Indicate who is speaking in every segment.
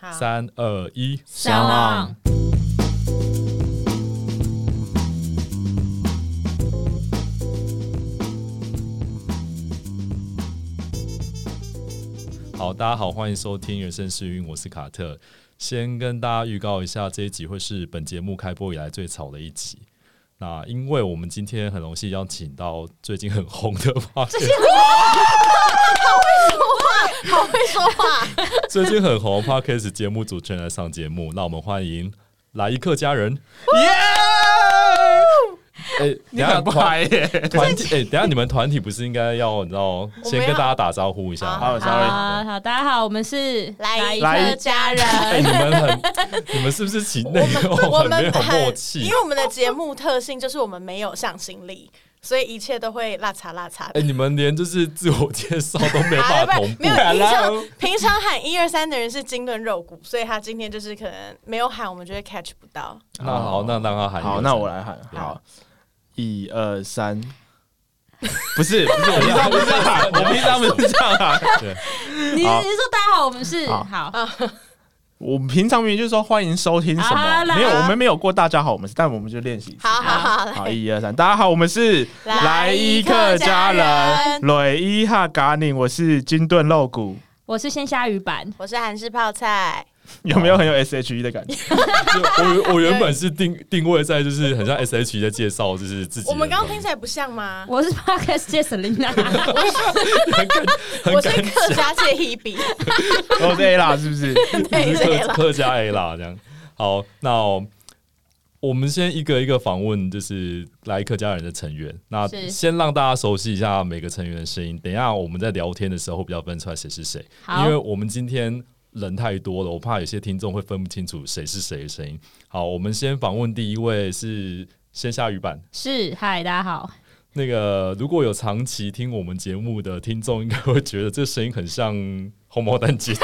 Speaker 1: 好，
Speaker 2: 三二一，
Speaker 1: 沙浪，
Speaker 2: 好，大家好，欢迎收听人生试运，我是卡特。先跟大家预告一下，这一集会是本节目开播以来最吵的一集。那因为我们今天很荣幸邀请到最近很红的 podcast，
Speaker 1: 好会说话，
Speaker 2: 最近很红 podcast 节目主持人来上节目，那我们欢迎来一客家人。哎、等一下团
Speaker 3: 耶！
Speaker 2: 团 体，哎、等一下你们团体不是应该要你知道先跟大家打招呼一下？
Speaker 3: 好
Speaker 4: 好
Speaker 3: ，sorry，
Speaker 4: 好，大家好，我们是
Speaker 1: 来一
Speaker 3: 来
Speaker 1: 个
Speaker 3: 一
Speaker 1: 家人。
Speaker 2: 哎、你们很，你们是不是其内 容
Speaker 1: 我
Speaker 2: 很没
Speaker 1: 们
Speaker 2: 有
Speaker 1: 很
Speaker 2: 默，契
Speaker 1: 因？为我们的节目特性就是我们没有向心力，所以一切都会拉碴拉碴
Speaker 2: 哎、
Speaker 1: 的。
Speaker 2: 你们连就是自我介绍都没
Speaker 1: 啊
Speaker 2: 办法
Speaker 1: 不是
Speaker 2: 同步
Speaker 1: 没。有平
Speaker 3: ，hello
Speaker 1: 常平常喊一二三的人是金盾肉骨，所以他今天就是可能没有喊，我们就会 catch 不到。
Speaker 2: 那好，那让他喊。
Speaker 3: 好，那我。来喊。
Speaker 2: 对
Speaker 3: 好，一二三， 不是不是，我
Speaker 2: 等一
Speaker 3: 平
Speaker 2: 下
Speaker 3: 常不是这样喊，我平常不是这样喊。
Speaker 4: 你你
Speaker 3: 好
Speaker 4: 说大家好，我们是
Speaker 3: 好
Speaker 4: 好，
Speaker 3: 我们平常明明就说欢迎收听什
Speaker 4: 啊
Speaker 3: 么，
Speaker 4: 来啊
Speaker 3: 没有，我们没有过大家好，我们是，但我们就练习一次。
Speaker 1: 好
Speaker 2: 啊
Speaker 1: 好好，来
Speaker 3: 好，一二三，大家好，我们是
Speaker 1: 来一客家人
Speaker 3: 雷伊哈嘎宁，我是金盾肉骨，
Speaker 4: 我是鲜虾鱼版，
Speaker 1: 我是韩式泡菜，
Speaker 3: 有没有很有 S H E 的 感觉？
Speaker 2: 我我原本是定定位在就是很像 S H 的介绍，就是自己的。
Speaker 1: 我们刚刚听起来不 像吗？
Speaker 4: 我是 Podcast 界 Selina，
Speaker 2: 很敢
Speaker 1: 我
Speaker 2: 很
Speaker 1: 是
Speaker 2: 敢
Speaker 1: 客家界 Hebe，
Speaker 3: 我是 A 哦啦，是不是？
Speaker 1: 对
Speaker 2: 你是
Speaker 1: 对
Speaker 2: 客
Speaker 1: 了，
Speaker 2: 客家 A 啦，这样。好，那我们先一个一个访问，就是来客家人的成员。那
Speaker 4: 是
Speaker 2: 先让大家熟悉一下每个成员的声音，等一下我们在聊天的时候比较分出来谁是谁，
Speaker 4: 好
Speaker 2: 因为我们今天人太多了，我怕有些听众会分不清楚谁是谁的声音。好，我们先访问第一位是线下语版。
Speaker 4: 是嗨，大家好，
Speaker 2: 那个如果有长期听我们节目的听众，应该会觉得这声音很像红毛丹姐姐。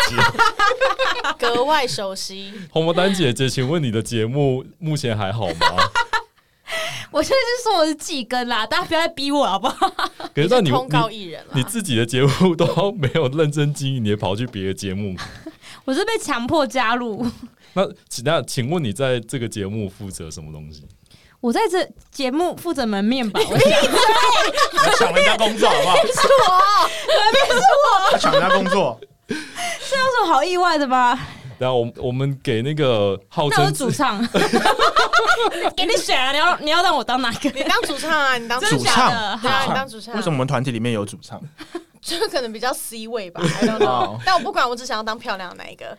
Speaker 1: 格外熟悉。
Speaker 2: 红毛丹姐姐，请问你的节目目前还好 吗？
Speaker 4: 我现在是说我是季更啦，大家不要再逼我好不好？
Speaker 2: 可是
Speaker 1: 你
Speaker 2: 那
Speaker 1: 是
Speaker 2: 你
Speaker 1: 通告
Speaker 2: 你
Speaker 1: 艺人了
Speaker 2: 你，自己的节目都没有认真经营，你也跑去别的节目，
Speaker 4: 我是被强迫加入，
Speaker 2: 那请那请问你在这个节目负责什么东西？
Speaker 4: 我在这节目负责门面 吧，我
Speaker 3: 抢人家工作好不好？
Speaker 1: 是我。
Speaker 3: 抢人家工作，
Speaker 4: 这有什么好意外的吧？
Speaker 2: 然后我们我们给那个号
Speaker 4: 那我
Speaker 2: 称
Speaker 4: 是主唱， 给你选啊，你要你要让我当哪个？
Speaker 1: 你当主唱啊，你当
Speaker 3: 主
Speaker 4: 真的假的
Speaker 3: 唱，
Speaker 1: 对啊，你当主唱啊，
Speaker 3: 为什么我们团体里面有主唱？
Speaker 1: 就是可能比较 C 位吧，I don't know
Speaker 3: 哦。
Speaker 1: 但我不管，我只想要当漂亮的那一个。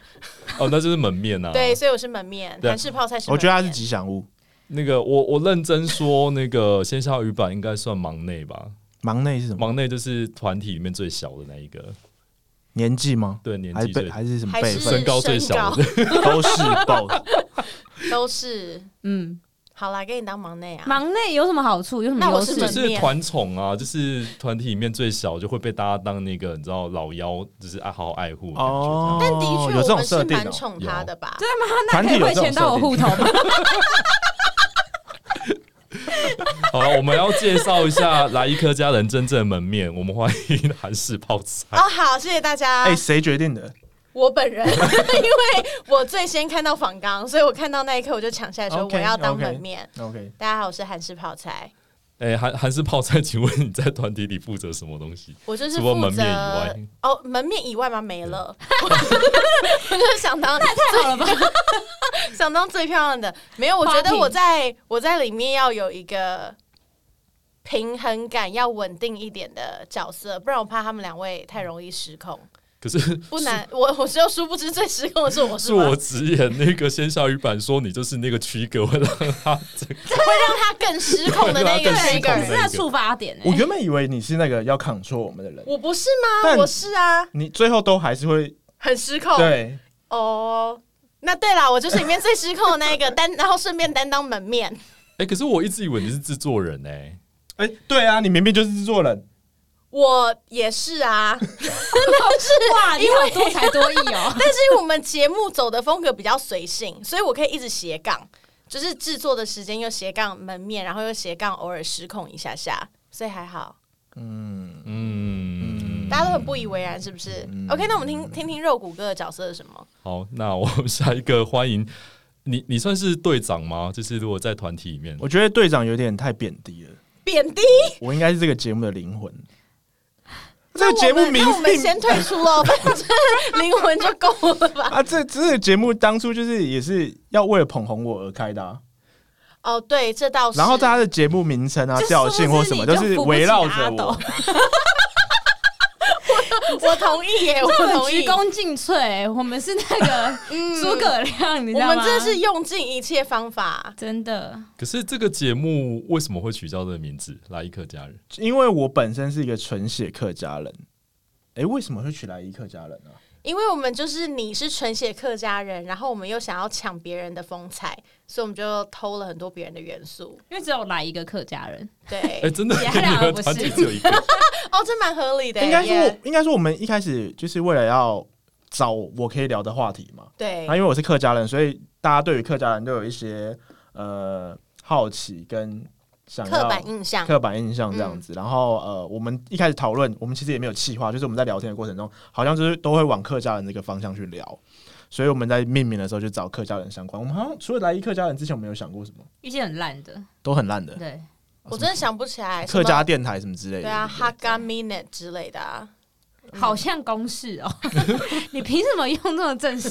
Speaker 2: 哦，那就是门面啊。
Speaker 1: 对，，所以我是门面，
Speaker 2: 对
Speaker 1: 韩式泡菜是门面。
Speaker 3: 我觉得他是吉祥物，
Speaker 2: 那个我我认真说，那个 线下语版应该算忙内吧？
Speaker 3: 忙内是什么？
Speaker 2: 忙内就是团体里面最小的那一个，
Speaker 3: 年纪吗？
Speaker 2: 对，年
Speaker 3: 还
Speaker 2: 纪
Speaker 3: 是
Speaker 2: 最
Speaker 3: 辈还是什么
Speaker 1: 还
Speaker 3: 辈
Speaker 1: 是
Speaker 3: 分？
Speaker 2: 身高最小的。
Speaker 3: 都是 boss。
Speaker 1: 都是。
Speaker 4: 嗯，
Speaker 1: 好啦，给你当忙内啊。
Speaker 4: 忙内有什么好处？有什么
Speaker 1: 那我
Speaker 4: 优
Speaker 1: 是
Speaker 4: 势
Speaker 2: 就
Speaker 1: 门？
Speaker 2: 是团宠啊，就是团体里面最小，就会被大家当那个你知道老妖，就是爱好好爱护的感觉
Speaker 3: 哦，
Speaker 1: 但的确，
Speaker 3: 有这
Speaker 1: 我
Speaker 3: 种
Speaker 1: 们
Speaker 3: 设
Speaker 1: 是
Speaker 3: 定
Speaker 1: 蛮
Speaker 3: 哦。
Speaker 1: 宠他的吧？
Speaker 4: 真的吗？那
Speaker 3: 团
Speaker 4: 可
Speaker 3: 体
Speaker 4: 以
Speaker 3: 有
Speaker 4: 汇
Speaker 3: 这种
Speaker 4: 钱到我
Speaker 3: 设定
Speaker 4: 户头 吗？
Speaker 2: 好了，我们要介绍一下来一客家人真正的门面，我们欢迎韩式泡菜。
Speaker 1: 哦，好，谢谢大家
Speaker 3: 哎，。谁决定的？
Speaker 1: 我本 人，因为我最先看到仿纲，所以我看到那一刻我就抢下来说
Speaker 3: OK，
Speaker 1: 我要当
Speaker 3: OK
Speaker 1: 门面。
Speaker 3: OK，
Speaker 1: 大家好，我是韩式泡菜，
Speaker 2: 哎、韩韩式泡菜，请问你在团体里负责什么东西？
Speaker 1: 我就
Speaker 2: 除
Speaker 1: 是
Speaker 2: 了
Speaker 1: 负
Speaker 2: 门
Speaker 1: 责
Speaker 2: 面以外，嗯
Speaker 1: 哦，门面以外吗？没了， 我就是想 当
Speaker 4: 太好了吧？
Speaker 1: 想当最 漂亮的，没有，我觉
Speaker 4: 花
Speaker 1: 得
Speaker 4: 瓶
Speaker 1: 我在我在里面要有一个平衡感，要稳定一点的角色，不然我怕他们两位太容易失控。
Speaker 2: 可是
Speaker 1: 不难，我我只有殊不知最失控的是我是
Speaker 2: 是
Speaker 1: 吗
Speaker 2: 我直言，那个仙下鱼版说你就是那个区隔，会让他这个
Speaker 1: 会让他更失控的 那个
Speaker 2: 更失控
Speaker 1: trigger。
Speaker 2: 的
Speaker 4: 是在触发点
Speaker 3: 我
Speaker 4: 哎。
Speaker 3: 原本以为你是那个要 control 我们的人，
Speaker 1: 我不是吗？
Speaker 3: 但
Speaker 1: 我是啊，
Speaker 3: 你最后都还是会
Speaker 1: 很失控。
Speaker 3: 对。
Speaker 1: 哦。那对啦，我就是里面最失控的那一 个担，然后顺便担当门面。
Speaker 2: 哎、可是我一直以为你是制作人哎、
Speaker 3: 哎，对啊，你明明就是制作人，
Speaker 1: 我也是 啊，
Speaker 4: 哇，你好多才多艺哦！
Speaker 1: 但是我们节目走的风格比较随性，所以我可以一直斜杠，就是制作的时间又斜杠门面，然后又斜杠偶尔失控一下下，所以还好，
Speaker 3: 嗯，
Speaker 2: 嗯，
Speaker 1: 大家都很不以为然，是不是、o k 那我们听听听肉骨哥的角色是什么？
Speaker 2: 好，那我们下一个欢迎你，你算是队长吗？就是如果在团体里面，
Speaker 3: 我觉得队长有点太贬低了，
Speaker 1: 贬低。
Speaker 3: 我应该是这个节目的灵魂。 这
Speaker 1: 那
Speaker 3: 个节
Speaker 1: 我
Speaker 3: 目
Speaker 1: 们
Speaker 3: 名
Speaker 1: 那我们
Speaker 3: 并
Speaker 1: 先退出了，反正灵魂就够了吧。
Speaker 3: 啊，这这个节目当初就是也是要为了捧红我而开的、啊，
Speaker 1: 哦，对，这倒是。
Speaker 3: 然后它的节目名称啊、
Speaker 4: 这
Speaker 3: 调性或什么，都是围绕着
Speaker 4: 是不是你就扶
Speaker 3: 我
Speaker 4: 不。
Speaker 1: 我同意耶，我
Speaker 4: 我们
Speaker 1: 同
Speaker 4: 鞠
Speaker 1: 意。
Speaker 4: 躬尽瘁，我们是那 个嗯诸葛亮，你知
Speaker 1: 我
Speaker 4: 道吗？
Speaker 1: 们真的是用尽一切方法。
Speaker 4: 真的，
Speaker 2: 可是这个节目为什么会取叫这个名字“来一客家人
Speaker 3: 因为我本身是一个纯血客家人。哎、为什么会取来一客家人呢、
Speaker 1: 因为我们就是你是纯血客家人，然后我们又想要抢别人的风采，所以我们就偷了很多别人的元素。
Speaker 4: 因为只有来一个客家人，
Speaker 1: 对”？
Speaker 2: 哎，，真的，
Speaker 4: 也
Speaker 2: 你
Speaker 4: 还好
Speaker 2: 们
Speaker 4: 不是
Speaker 2: 团体只有一个。
Speaker 1: 哦，这蛮合理的耶。
Speaker 3: 应该说，应该说我们一开始就是为了要找我可以聊的话题嘛。
Speaker 1: 对
Speaker 3: 那、，因为我是客家人，所以大家对于客家人都有一些呃好奇跟想
Speaker 1: 刻
Speaker 3: 要
Speaker 1: 板印象。嗯
Speaker 3: 刻板印象这样子。然后呃，我们一开始讨论，我们其实也没有气话，就是我们在聊天的过程中，好像就是都会往客家人这个方向去聊。所以我们在命名的时候就找客家人相关。我们好像除了来一客家人之前，我们有想过什么，
Speaker 4: 遇见很烂的，
Speaker 3: 都很烂的，
Speaker 4: 对，
Speaker 1: 我真的想不起来。
Speaker 3: 客家电台什么之类
Speaker 1: 哎什么
Speaker 3: 的。
Speaker 1: 对啊
Speaker 3: 不对
Speaker 1: ，Haga Minute 之类的啊，
Speaker 4: 好像公式 哦，你凭什么用这么正式？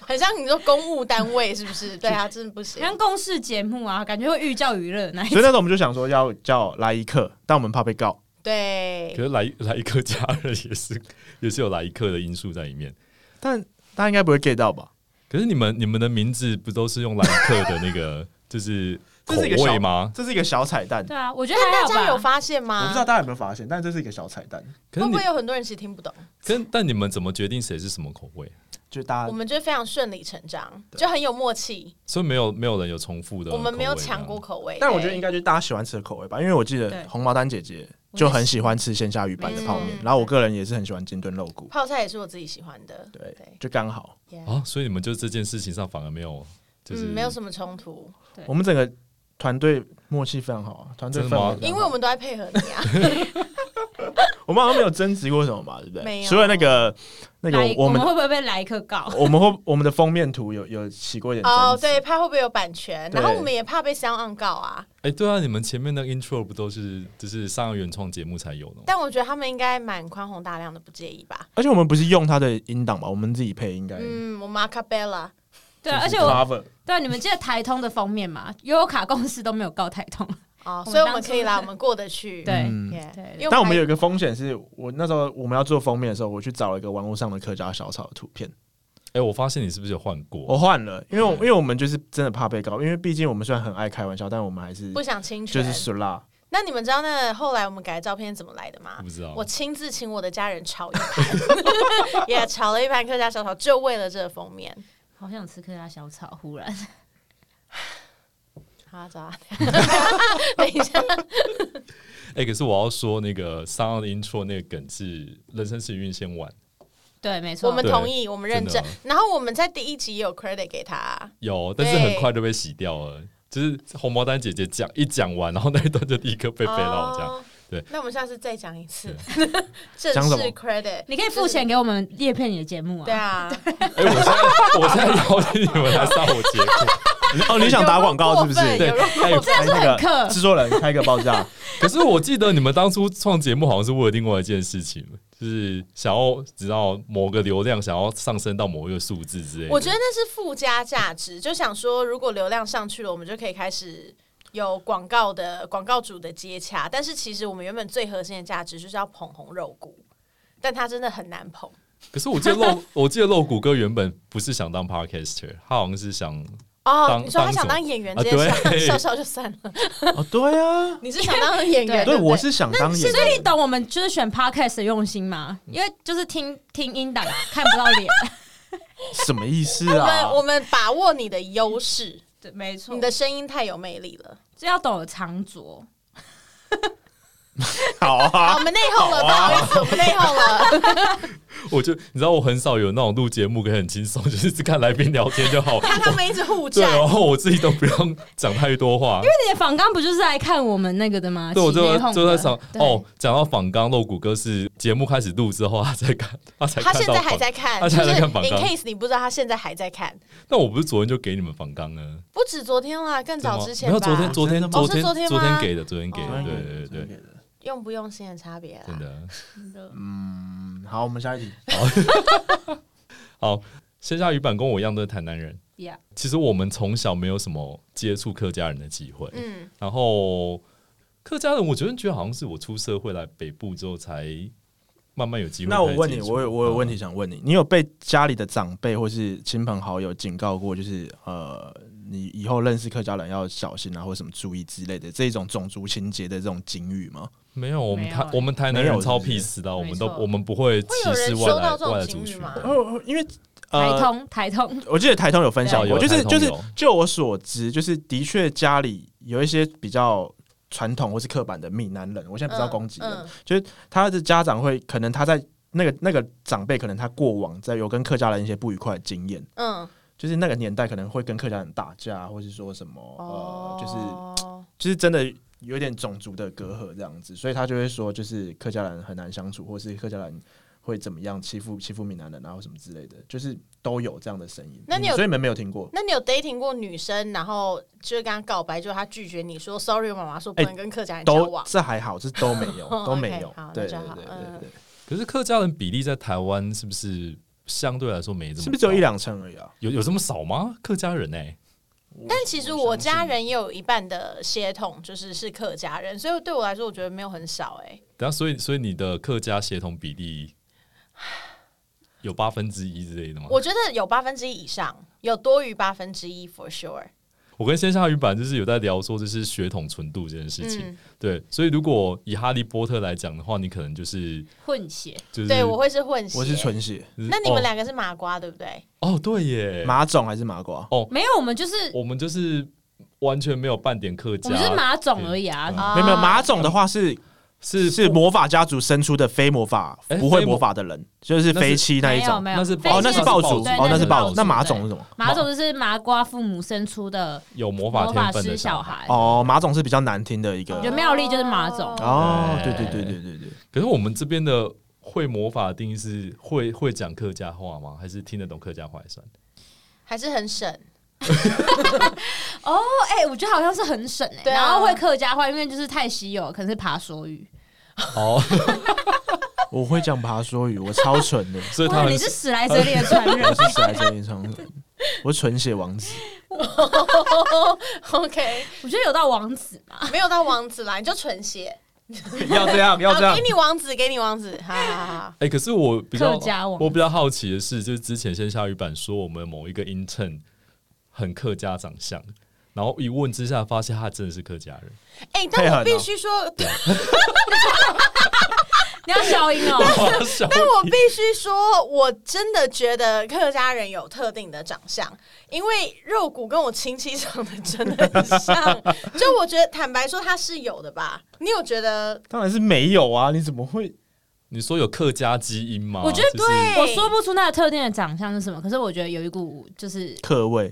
Speaker 1: 很像你说公务单位是不 是？对啊，真的不行。
Speaker 4: 像公式节目啊，感觉会寓教于乐那一
Speaker 3: 所以那时候我们就想说要叫来一客，但我们怕被告。
Speaker 1: 对
Speaker 2: 可，是来来一客家人也是也是有来一客的因素在里面。
Speaker 3: 但大家应该不会 get 到吧？
Speaker 2: 可是你们你们的名字不都是用来一客的那 个就是
Speaker 3: 这
Speaker 2: 口
Speaker 3: 是一个小
Speaker 2: 味吗？
Speaker 3: 这是一个小彩蛋，
Speaker 4: 对啊，我觉得
Speaker 1: 但大
Speaker 4: 还
Speaker 1: 家
Speaker 4: 好
Speaker 1: 有
Speaker 4: 吧。
Speaker 1: 发现
Speaker 3: 我不
Speaker 1: 吗
Speaker 3: 知？道大家有没有发现，但这是一个小彩蛋，
Speaker 2: 可
Speaker 1: 会
Speaker 2: 是你
Speaker 1: 不会有很多人其实听不懂？
Speaker 2: 跟但你们怎么决定谁是什么口味？
Speaker 3: 就大
Speaker 1: 我
Speaker 3: 家
Speaker 1: 们就非常顺理成章，
Speaker 3: 啊
Speaker 1: 就很有默契。
Speaker 2: 所以没有没有人有重复的，
Speaker 1: 我们没
Speaker 3: 啊
Speaker 1: 有抢过。口味，
Speaker 3: 但我
Speaker 1: 对
Speaker 3: 觉得应该就是大家喜欢吃的口味吧，因为我记
Speaker 4: 对
Speaker 3: 得红毛丹姐姐就很喜欢吃鲜虾鱼板的泡面
Speaker 1: 嗯，
Speaker 3: 然后我个人也是很喜欢煎炖肉骨，
Speaker 1: 泡菜也是我自己喜欢的。
Speaker 3: 对哦
Speaker 1: 对，
Speaker 3: 就刚好。
Speaker 1: Yeah
Speaker 2: 啊，所以你们就这件事情上反而没有，就是、
Speaker 1: 嗯，没有什么冲突，
Speaker 4: 对
Speaker 3: 我们整个团队默契非常好啊，团队
Speaker 2: 真
Speaker 3: 氛
Speaker 2: 的吗
Speaker 3: 围非常好，
Speaker 1: 因为我们都在配合你 啊。
Speaker 3: 我们好像没有争执过什么吧，对不
Speaker 1: 没
Speaker 3: 对？
Speaker 1: 有
Speaker 3: 除了那个那个
Speaker 4: 来，
Speaker 3: 我
Speaker 4: 我
Speaker 3: 们
Speaker 4: 们会不会被来客告？
Speaker 3: 我们会 我们的封面图有有起过一点
Speaker 1: 哦，
Speaker 3: 争执，
Speaker 1: 对，怕会不会有版权？
Speaker 3: 对
Speaker 1: 然后我们也怕被香案告啊。
Speaker 2: 哎、对啊，你们前面那个 intro 不都是就是上个原创节目才有的吗？
Speaker 1: 但我觉得他们应该蛮宽宏大量的，不介意吧？
Speaker 3: 而且我们不是用它的音档吧，我们自己配应该。
Speaker 1: 嗯，我们 a c a p e l a
Speaker 4: 对啊，而
Speaker 3: 就是
Speaker 4: 且我
Speaker 3: cover
Speaker 4: 对啊你们记得台通的封面嘛？悠悠卡公司都没有告台通，
Speaker 1: 哦，
Speaker 4: 我们
Speaker 1: 所以我们可以
Speaker 4: 当
Speaker 1: 啦，
Speaker 4: 初
Speaker 1: 我们过得去。
Speaker 4: 对
Speaker 3: 嗯
Speaker 1: Yeah，
Speaker 4: 对
Speaker 1: 因为
Speaker 3: 但我们有一个风险是，我那时候我们要做封面的时候，我去找了一个网络上的客家小草的图片，
Speaker 2: 哎、我发现你是不是有换过？
Speaker 3: 我换了，因为我因为我们就是真的怕被告，因为毕竟我们虽然很爱开玩笑，但我们还是
Speaker 1: 不想侵
Speaker 3: 就
Speaker 1: 权
Speaker 3: 是。死啦。
Speaker 1: 那你们知道那后来我们改的照片是怎么来的吗
Speaker 3: 嗯
Speaker 2: 我不？知
Speaker 3: 哦
Speaker 2: 道
Speaker 1: 我，亲自请我的家人炒一盘， 也炒了一盘客家小炒，就为了这个封面。
Speaker 4: 好想吃
Speaker 1: 啊
Speaker 4: 客家小炒，忽然
Speaker 1: 好，走啊！ 等一下，
Speaker 2: 哎、可是我要说那个上岸的 intro 那个梗是人生是运先玩，
Speaker 4: 对，没错，
Speaker 1: 我们
Speaker 2: 对
Speaker 1: 同意，我们认证
Speaker 2: 真的。啊
Speaker 1: 然后我们在第一集也有 credit 给他啊，
Speaker 2: 有，但是
Speaker 1: 对
Speaker 2: 很快就被洗掉了。就是红毛丹姐姐讲一讲完，然后那一段就立刻被
Speaker 1: 被
Speaker 2: 背到这
Speaker 1: 哦
Speaker 2: 样。对。
Speaker 1: 啊那我们下次再讲一次， 正
Speaker 3: 讲
Speaker 1: 式
Speaker 3: 什么
Speaker 1: credit。
Speaker 4: 你可以付钱给我们叶片你的节目啊。
Speaker 1: 对，啊，
Speaker 2: 哎、我现在 我现在邀请你们来上我节目，
Speaker 3: 哦，你想打广告是不是？
Speaker 1: 有
Speaker 2: 对
Speaker 1: 没有过分，
Speaker 3: 哎，这
Speaker 4: 是很客
Speaker 3: 制作人开个报价，
Speaker 2: 可是我记得你们当初创节目好像是为了另外一件事情，就是想要知道某个流量想要上升到某一个数字之类的。
Speaker 1: 我觉得那是附加价值，就想说，如果流量上去了，我们就可以开始有广告的广告主的接洽。但是其实我们原本最核心的价值就是要捧红肉骨，但他真的很难捧。
Speaker 2: 可是我记得露，我记得露谷歌原本不是想当 podcaster，他好像是想
Speaker 1: 哦，
Speaker 2: 当
Speaker 1: 你说他想
Speaker 2: 当
Speaker 1: 当
Speaker 2: 什
Speaker 1: 演员
Speaker 2: 啊
Speaker 1: 这件
Speaker 2: 对
Speaker 1: 事，笑笑就算了。
Speaker 3: 哦，对啊，
Speaker 1: 你是想当演员？
Speaker 3: 对，
Speaker 1: 不
Speaker 3: 我是想当演
Speaker 4: 所以
Speaker 3: 员，
Speaker 4: 你懂我们就是选 podcast 的用心嘛？因为就是听听音档啊看不到脸，
Speaker 3: 什么意思
Speaker 1: 我们
Speaker 3: 啊？
Speaker 1: 我们把握你的优势，
Speaker 4: 对，没错
Speaker 2: 哦
Speaker 1: 你的声音太有魅力了。
Speaker 4: 这要懂得藏拙。
Speaker 3: 好
Speaker 1: 好，
Speaker 3: 啊
Speaker 2: 啊哦
Speaker 1: 我，们内讧了，不好意思，我们内讧了。
Speaker 2: 我就你知道，我很少有那种录节目可以很轻松， 就是只看来宾聊天就好。
Speaker 1: 看他们一直互
Speaker 2: 对，
Speaker 1: 战，
Speaker 2: 然后我自己都不用讲太多话。
Speaker 4: 那你访刚不就是来看我们那个的吗？
Speaker 2: 对，我
Speaker 4: 企业
Speaker 2: 就
Speaker 4: 控
Speaker 2: 就
Speaker 4: 的
Speaker 2: 在想，哦，，讲到仿钢露骨歌是节目开始录之后，他才看，他才
Speaker 1: 他
Speaker 2: 看
Speaker 1: 现
Speaker 2: 到
Speaker 1: 在
Speaker 2: 仿。
Speaker 1: 还在看，
Speaker 2: 他
Speaker 1: 就
Speaker 2: 现
Speaker 1: 是
Speaker 2: 在在看
Speaker 1: in
Speaker 2: 榜单
Speaker 1: case 你不知道，他现在还在看，
Speaker 2: 但我不是昨天就给你们仿钢呢？
Speaker 1: 不止昨天啦，更
Speaker 2: 对吗
Speaker 1: 早之前
Speaker 2: 没
Speaker 1: 吧。
Speaker 2: 有昨天，昨天，
Speaker 3: 哦
Speaker 2: 昨
Speaker 1: 是
Speaker 2: 天，
Speaker 1: 昨天吗
Speaker 2: 昨天给的，昨天给的，
Speaker 1: 哦
Speaker 2: 对对对，对，
Speaker 1: 用不用心的差别啦
Speaker 2: 真。的。
Speaker 3: 嗯，好，我们下一题。
Speaker 2: 好，线下鱼板跟我一样都是台南人。
Speaker 4: Yeah
Speaker 2: 其实我们从小没有什么接触客家人的机会，
Speaker 1: 嗯，
Speaker 2: 然后客家人，我觉得觉得好像是我出社会来北部之后才慢慢有机会开
Speaker 3: 那
Speaker 2: 始接触。
Speaker 3: 我问你，我有我有问
Speaker 2: 嗯
Speaker 3: 题想问你，你有被家里的长辈或是亲朋好友警告过，就是呃，你以后认识客家人要小心啊，或什么注意之类的这种种族情节的这种警语吗？
Speaker 2: 没有，我们
Speaker 4: 没有
Speaker 2: 台
Speaker 4: 欸
Speaker 2: 我们台南
Speaker 3: 没有
Speaker 2: 人超
Speaker 3: 是不是
Speaker 2: peace 的啊，我们
Speaker 4: 没
Speaker 2: 都
Speaker 4: 错
Speaker 2: 我们不会歧
Speaker 1: 有人
Speaker 2: 视
Speaker 1: 收
Speaker 2: 外来
Speaker 1: 到这种
Speaker 2: 外来
Speaker 1: 情
Speaker 2: 族
Speaker 1: 侣
Speaker 2: 群
Speaker 1: 吗
Speaker 2: 的。
Speaker 3: 哦，因为
Speaker 4: 台
Speaker 3: 呃，
Speaker 4: 通台通，
Speaker 3: 我记得台通有分享
Speaker 2: 对
Speaker 3: 过，
Speaker 2: 有
Speaker 3: 就是
Speaker 2: 台通
Speaker 3: 就是
Speaker 2: 有，
Speaker 3: 就我所知，就是的确家里有一些比较传统或是刻板的闽南人，我现在不知道攻击人，
Speaker 1: 嗯嗯
Speaker 3: 他的家长会可能他在那个那个长辈可能他过往在有跟客家人一些不愉快的经验，
Speaker 1: 嗯，
Speaker 3: 就是那个年代可能会跟客家人打架，或是说什么、
Speaker 1: 哦，
Speaker 3: 呃，就是就是真的有点种族的隔阂这样子，所以他就会说就是客家人很难相处，或是客家人。会怎么样欺负欺负闽南人啊，或什么之类的，就是都有这样的声音。嗯
Speaker 1: 那你有
Speaker 3: 所以你们没有听过？
Speaker 1: 那你有 dating 过女生，然后就是跟她告白，就她拒绝你说 sorry，我妈妈说不能跟客
Speaker 2: 哎
Speaker 1: 家人交
Speaker 3: 都
Speaker 1: 往。
Speaker 3: 这还好，这都没 有，都没有
Speaker 1: OK，好。
Speaker 3: 对
Speaker 1: 那就
Speaker 3: 对
Speaker 1: 好嗯
Speaker 3: 对对对，
Speaker 2: 可是客家人比例在台湾是不是相对来说没这么？
Speaker 3: 是不是只有一？两成而已啊？
Speaker 2: 有有这么少吗？客家人呢、欸
Speaker 1: 但其实我家人也有一半的血统就是是客家人，所以对我来说，我觉得没有很少哎、
Speaker 2: 等下，所以所以你的客家协同比例有八分之一之类的吗？
Speaker 1: 我觉得有八分之一以上，有多于八分之一 for sure。
Speaker 2: 我跟线下语版就是有在聊说，就是血统纯度这件事情。
Speaker 1: 嗯，
Speaker 2: 对，所以如果以哈利波特来讲的话，你可能就是
Speaker 4: 混血，
Speaker 2: 就是
Speaker 1: 对我会是混血，
Speaker 3: 我是纯哦血，
Speaker 2: 就是哦
Speaker 1: 那你们两个是麻瓜对不对？
Speaker 2: 哦哦对耶，
Speaker 3: 马种还是麻瓜？
Speaker 4: 没有，我们就是
Speaker 2: 我们就是完全没有半点客家，
Speaker 4: 我们是马种而已啊。
Speaker 1: 啊
Speaker 3: 没有没有，马种的话是
Speaker 2: 是
Speaker 3: 是魔法家族生出的非魔法
Speaker 2: 哎
Speaker 3: 不会魔法的人，就是飞七那一
Speaker 4: 没有
Speaker 3: 种。
Speaker 4: 没有，
Speaker 2: 那是
Speaker 4: 非
Speaker 2: 没有
Speaker 3: 哦，那
Speaker 4: 是
Speaker 3: 是爆
Speaker 2: 那
Speaker 3: 竹，
Speaker 2: 是爆
Speaker 4: 竹
Speaker 3: 哦，
Speaker 4: 对那
Speaker 3: 那是爆
Speaker 4: 是爆
Speaker 3: 竹。
Speaker 4: 竹
Speaker 3: 那马种是什么？
Speaker 4: 马种就是麻瓜父母生出的
Speaker 2: 有魔法
Speaker 4: 魔
Speaker 2: 天
Speaker 4: 法
Speaker 2: 分
Speaker 4: 师
Speaker 2: 的
Speaker 4: 小
Speaker 2: 小孩。
Speaker 4: 孩。
Speaker 3: 哦，马种是比较难听的一
Speaker 4: 我觉
Speaker 3: 个
Speaker 4: 得。妙丽就是马种
Speaker 3: 哦，对
Speaker 2: 对
Speaker 3: 对对对对对。
Speaker 2: 可是我们这边的会魔法的定义是会会讲客家话吗？还是听得懂客家话还 算？
Speaker 1: 还是很 省。
Speaker 4: 哦，哎，我觉得好像是很省哎。
Speaker 1: 对啊
Speaker 4: 然后会客家话，因为就是太稀有，可能是爬梭语。
Speaker 2: 哦，
Speaker 3: 我会讲爬说语，我超蠢的，
Speaker 2: 所以他
Speaker 4: 哇，
Speaker 2: 们
Speaker 4: 你是史莱哲林的传 人
Speaker 3: 我是史莱哲林超人，我纯血王子。
Speaker 1: OK，
Speaker 4: 我觉得有到王子嘛，
Speaker 1: 没有到王子啦，你就纯血。
Speaker 3: 要这样，要
Speaker 1: 好，给你王子，给你王 子，好好好好。
Speaker 2: 哎、可是我比较
Speaker 4: 客家王
Speaker 2: 我比较好奇的是，就是之前线下语版说我们某一个 intern 很客家长相，然后一问之下发现他真的是客家人。
Speaker 1: 哎、
Speaker 3: 配
Speaker 1: 但
Speaker 3: 合
Speaker 1: 我
Speaker 3: 呢
Speaker 1: 必须说，
Speaker 4: 你要消音哦。
Speaker 2: 哇小
Speaker 1: 但我必须说，我真的觉得客家人有特定的长相，因为肉骨跟我亲戚长得真的很 像。就我觉得，坦白说，他是有的吧？你有觉得？
Speaker 3: 当然是没有啊，你怎么 会？
Speaker 2: 你说有客家基因吗？
Speaker 4: 我觉得
Speaker 2: 就是
Speaker 1: 对
Speaker 4: 我说不出那个特定的长相是什么，可是我觉得有一股就是
Speaker 3: 客位，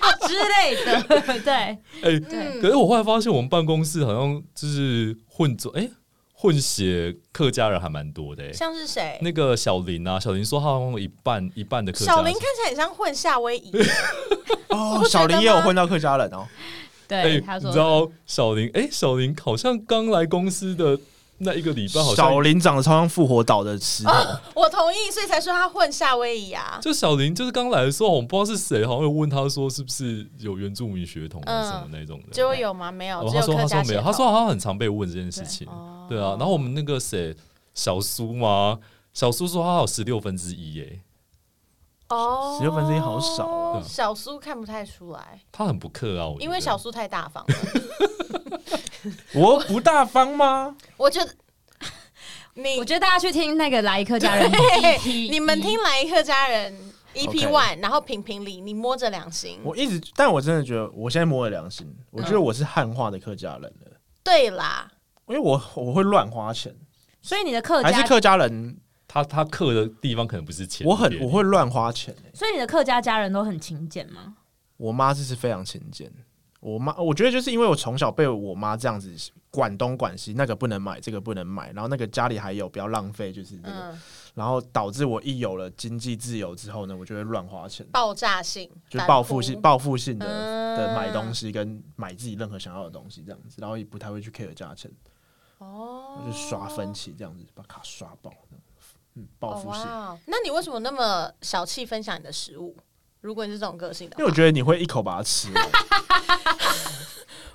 Speaker 4: 啊之类的， 对，
Speaker 2: 哎、
Speaker 1: 嗯
Speaker 4: 对
Speaker 2: 可是我后来发现，我们办公室好像就是混种，哎、混血客家人还蛮多的、哎
Speaker 1: 像是谁？
Speaker 2: 那个小林啊，小林说他好像有一半一半的客家
Speaker 1: 小
Speaker 2: 人
Speaker 1: 林看。起来很像混夏威 夷，
Speaker 3: 哦，小林也有混到客家人哦。
Speaker 4: 对，
Speaker 2: 哎、
Speaker 4: 他
Speaker 2: 你
Speaker 4: 说
Speaker 2: 知道小林？哎、小林好像刚来公司的那一个礼拜，好像
Speaker 3: 小林长得超像啊复活岛的石头，
Speaker 1: 我同意，所以才说他混夏威夷啊。
Speaker 2: 就小林就是刚来的时候，我们不知道是谁，好像有问他说是不是有原住民血统还是什
Speaker 1: 嗯
Speaker 2: 么那种的。
Speaker 1: 结果有吗？没有，
Speaker 2: 哦
Speaker 1: 只
Speaker 2: 他
Speaker 1: 有
Speaker 2: 说
Speaker 1: 客
Speaker 2: 他
Speaker 1: 家
Speaker 2: 说没
Speaker 1: 血
Speaker 2: 有，
Speaker 1: 统。
Speaker 2: 他说好像很常被问这件事情。
Speaker 1: 哦
Speaker 2: 对啊，然后我们那个谁小苏吗？小苏说他有十六分之一，耶，
Speaker 1: 哦，
Speaker 3: 16分之一好少哦
Speaker 2: 对
Speaker 1: 小苏看不太出来，
Speaker 2: 他很不客啊，我觉得
Speaker 1: 因为小苏太大方了。
Speaker 3: 我不大方吗？
Speaker 1: 我觉 得你，
Speaker 4: 我觉得大家去听那个《来客家人》
Speaker 1: 嘿
Speaker 4: EP，
Speaker 1: 你们听来客家人 EP
Speaker 3: OK
Speaker 1: One，然后评评理，你摸着良心。
Speaker 3: 我一直，但我真的觉得，我现在摸着良心，我觉得我是汉化的客家人了，
Speaker 1: 对啦，
Speaker 3: 因为我我会乱花钱，
Speaker 4: 所以你的客
Speaker 3: 还
Speaker 4: 家
Speaker 3: 是客家人
Speaker 2: 他他刻的地方可能不是钱的
Speaker 3: 我
Speaker 2: 便
Speaker 3: 很
Speaker 2: 利
Speaker 3: 我会乱花钱、欸、
Speaker 4: 所以你的客家家人都很勤俭吗？
Speaker 3: 我妈这是非常勤俭。我妈，我觉得就是因为我从小被我妈这样子管东管西，那个不能买，这个不能买，然后那个家里还有，不要浪费，就是这个，
Speaker 1: 嗯，
Speaker 3: 然后导致我一有了经济自由之后呢，我就会乱花钱，
Speaker 1: 爆炸性，
Speaker 3: 就
Speaker 1: 反
Speaker 3: 报复
Speaker 1: 扑
Speaker 3: 性报复性的、的买东
Speaker 1: 嗯
Speaker 3: 西跟买自己任何想要的东西这样子，然后也不太会去 care 价钱，
Speaker 1: 哦
Speaker 3: 就刷分期这样子把卡刷爆，这样嗯，报复性。
Speaker 1: 哦哇哦那你为什么那么小气分享你的食物？如果你是这种个性的
Speaker 3: 因
Speaker 1: 话，
Speaker 3: 为我觉得你会一口把它吃 完，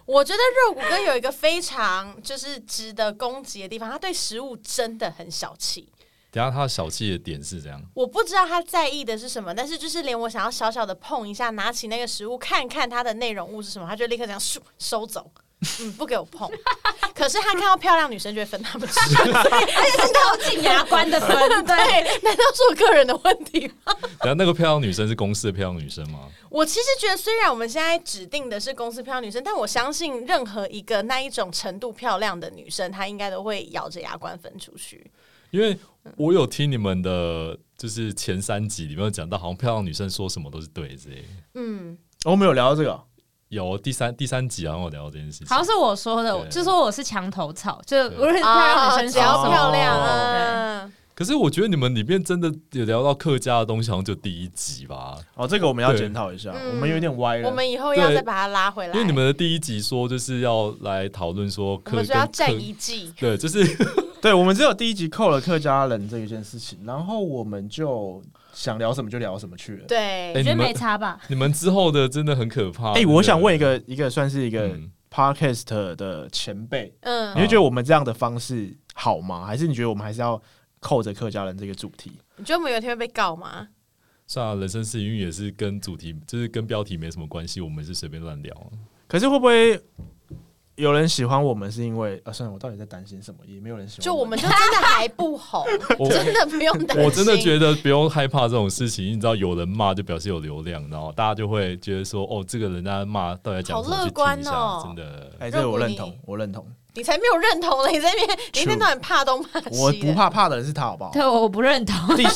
Speaker 1: 我觉得肉骨哥有一个非常就是值得攻击的地方，他对食物真的很小气。
Speaker 2: 等一下他的小气的点是这样，
Speaker 1: 我不知道他在意的是什么，但是就是连我想要小小的碰一下，拿起那个食物看看它的内容物是什么，他就立刻这样咻收走。嗯，不给我碰。可是他看到漂亮女生就会分他们吃，嗯
Speaker 4: 是靠近牙关的分，对，
Speaker 1: 对，难道是我个人的问题吗？
Speaker 2: 等一下那个漂亮女生是公司的漂亮女生吗？
Speaker 1: 我其实觉得，虽然我们现在指定的是公司漂亮女生，但我相信任何一个那一种程度漂亮的女生，她应该都会咬着牙关分出去。
Speaker 2: 因为我有听你们的，就是前三集里面有讲到，好像漂亮女生说什么都是对之类的。
Speaker 1: 嗯，
Speaker 3: 哦我们有聊到这个，
Speaker 2: 有第三第三集好像有聊到这件事情，
Speaker 4: 好像是我说的，
Speaker 2: 对
Speaker 4: 就说我是墙头草，就是无论漂亮女
Speaker 1: 哦只
Speaker 4: 生说什
Speaker 1: 要
Speaker 4: 么
Speaker 2: 哎
Speaker 1: 漂亮
Speaker 4: 哦
Speaker 1: 啊，
Speaker 2: 可是我觉得你们里面真的有聊到客家的东西，好像就第一集吧。
Speaker 3: 哦，这个我们要
Speaker 2: 对
Speaker 3: 检讨一下，
Speaker 1: 嗯
Speaker 3: 我们有点歪了。
Speaker 1: 我们以后要
Speaker 2: 对
Speaker 1: 再把它拉回来，
Speaker 2: 因为你们的第一集说就是要来讨论说
Speaker 1: 我
Speaker 2: 客
Speaker 1: 们说
Speaker 2: 跟
Speaker 1: 要
Speaker 2: 客
Speaker 1: 战一季，
Speaker 2: 对，就是
Speaker 3: 对，我们只有第一集扣了客家人这一件事情，然后我们就想聊什么就聊什么去了。
Speaker 1: 对，
Speaker 4: 我
Speaker 2: 哎
Speaker 4: 觉得
Speaker 2: 你们
Speaker 4: 没差吧？
Speaker 2: 你们之后的真的很可怕。
Speaker 3: 哎、我想问一个，一个算是一
Speaker 2: 真的，嗯
Speaker 3: 个 podcast 的前辈，
Speaker 1: 嗯
Speaker 3: 你，会觉得我们这样的方式好吗？还是你觉得我们还是要扣着客家人这个主题？
Speaker 1: 你觉得我们有一天会被告吗？
Speaker 2: 算了，人生是因为也是跟主题，就是跟标题没什么关系，我们是随便乱聊。
Speaker 3: 可是会不会有人喜欢我们是因为啊？算了，我到底在担心什么？也没有人喜欢。
Speaker 1: 就我们就真的还不红，
Speaker 2: 我
Speaker 1: 真的不用担心。
Speaker 2: 我真的觉得不用害怕这种事情，你知道有人骂就表示有流量，然后大家就会觉得说，哦，这个人家骂到底在讲什么，
Speaker 1: 好乐
Speaker 2: 去
Speaker 1: 观
Speaker 2: 听一下，
Speaker 1: 哦
Speaker 2: 真的。
Speaker 3: 哎、这个我认
Speaker 1: 肉骨
Speaker 3: 同
Speaker 1: 你，
Speaker 3: 我认同。
Speaker 1: 你才没有认同嘞，你在那边你一天到晚怕东怕西的，
Speaker 3: 我不怕怕的人是他，好不好？
Speaker 4: 对，我不认同。
Speaker 3: 第四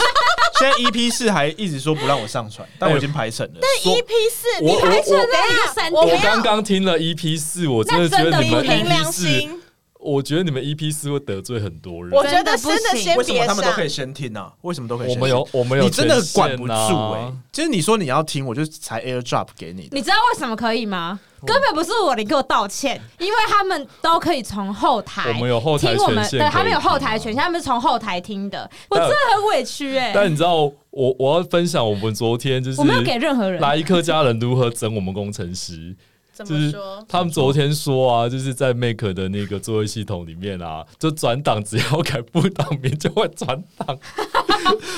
Speaker 3: 现在 EP 四还一直说不让我上传，但我已经排成了。
Speaker 2: 说
Speaker 1: EP E 四，
Speaker 2: 我
Speaker 1: 你
Speaker 2: 我
Speaker 1: 还
Speaker 2: 我
Speaker 1: 承认
Speaker 4: 一个
Speaker 1: 一
Speaker 4: 闪
Speaker 1: 我
Speaker 2: 我
Speaker 1: 不
Speaker 4: 电
Speaker 1: 要
Speaker 2: 刚刚听了 EP 四，我真的觉得
Speaker 4: 那
Speaker 2: 你
Speaker 4: 真的
Speaker 2: 们
Speaker 4: 不凭
Speaker 2: EP 四，。我觉得你们 EP 四会得罪很多人。
Speaker 1: 我
Speaker 4: 真
Speaker 1: 觉
Speaker 4: 的
Speaker 1: 得
Speaker 4: 不
Speaker 1: 真的
Speaker 4: 行
Speaker 1: 先
Speaker 3: 为什么
Speaker 1: 别
Speaker 3: 他
Speaker 1: 上
Speaker 3: 们都。可以先听啊？为什么都可以
Speaker 2: 我
Speaker 3: 先听？
Speaker 2: 们有我们有
Speaker 3: 你真的
Speaker 2: 权限啊
Speaker 3: 管不住哎、就是你说你要听，我就才 AirDrop 给你的。
Speaker 4: 你知道为什么可以吗？根本不是我，你给我道歉，因为他们都可以从后台
Speaker 2: 我们有后台
Speaker 4: 听我们
Speaker 2: 权，限
Speaker 4: 对
Speaker 2: 可以
Speaker 4: 他们有
Speaker 2: 听
Speaker 4: 后台
Speaker 2: 啊
Speaker 4: 权限，他们是从后台听的，我
Speaker 2: 但
Speaker 4: 真的很委屈哎、
Speaker 2: 但你知道，我我要分享我们昨天就是
Speaker 4: 我没有给任何人，
Speaker 2: 莱克家人如何整我们工程师。
Speaker 1: 怎
Speaker 2: 就
Speaker 1: 么
Speaker 2: 是
Speaker 1: 说？
Speaker 2: 他们昨天说啊，就是在 Make 的那个作业系统里面啊，就转档只要改不档名就会转档，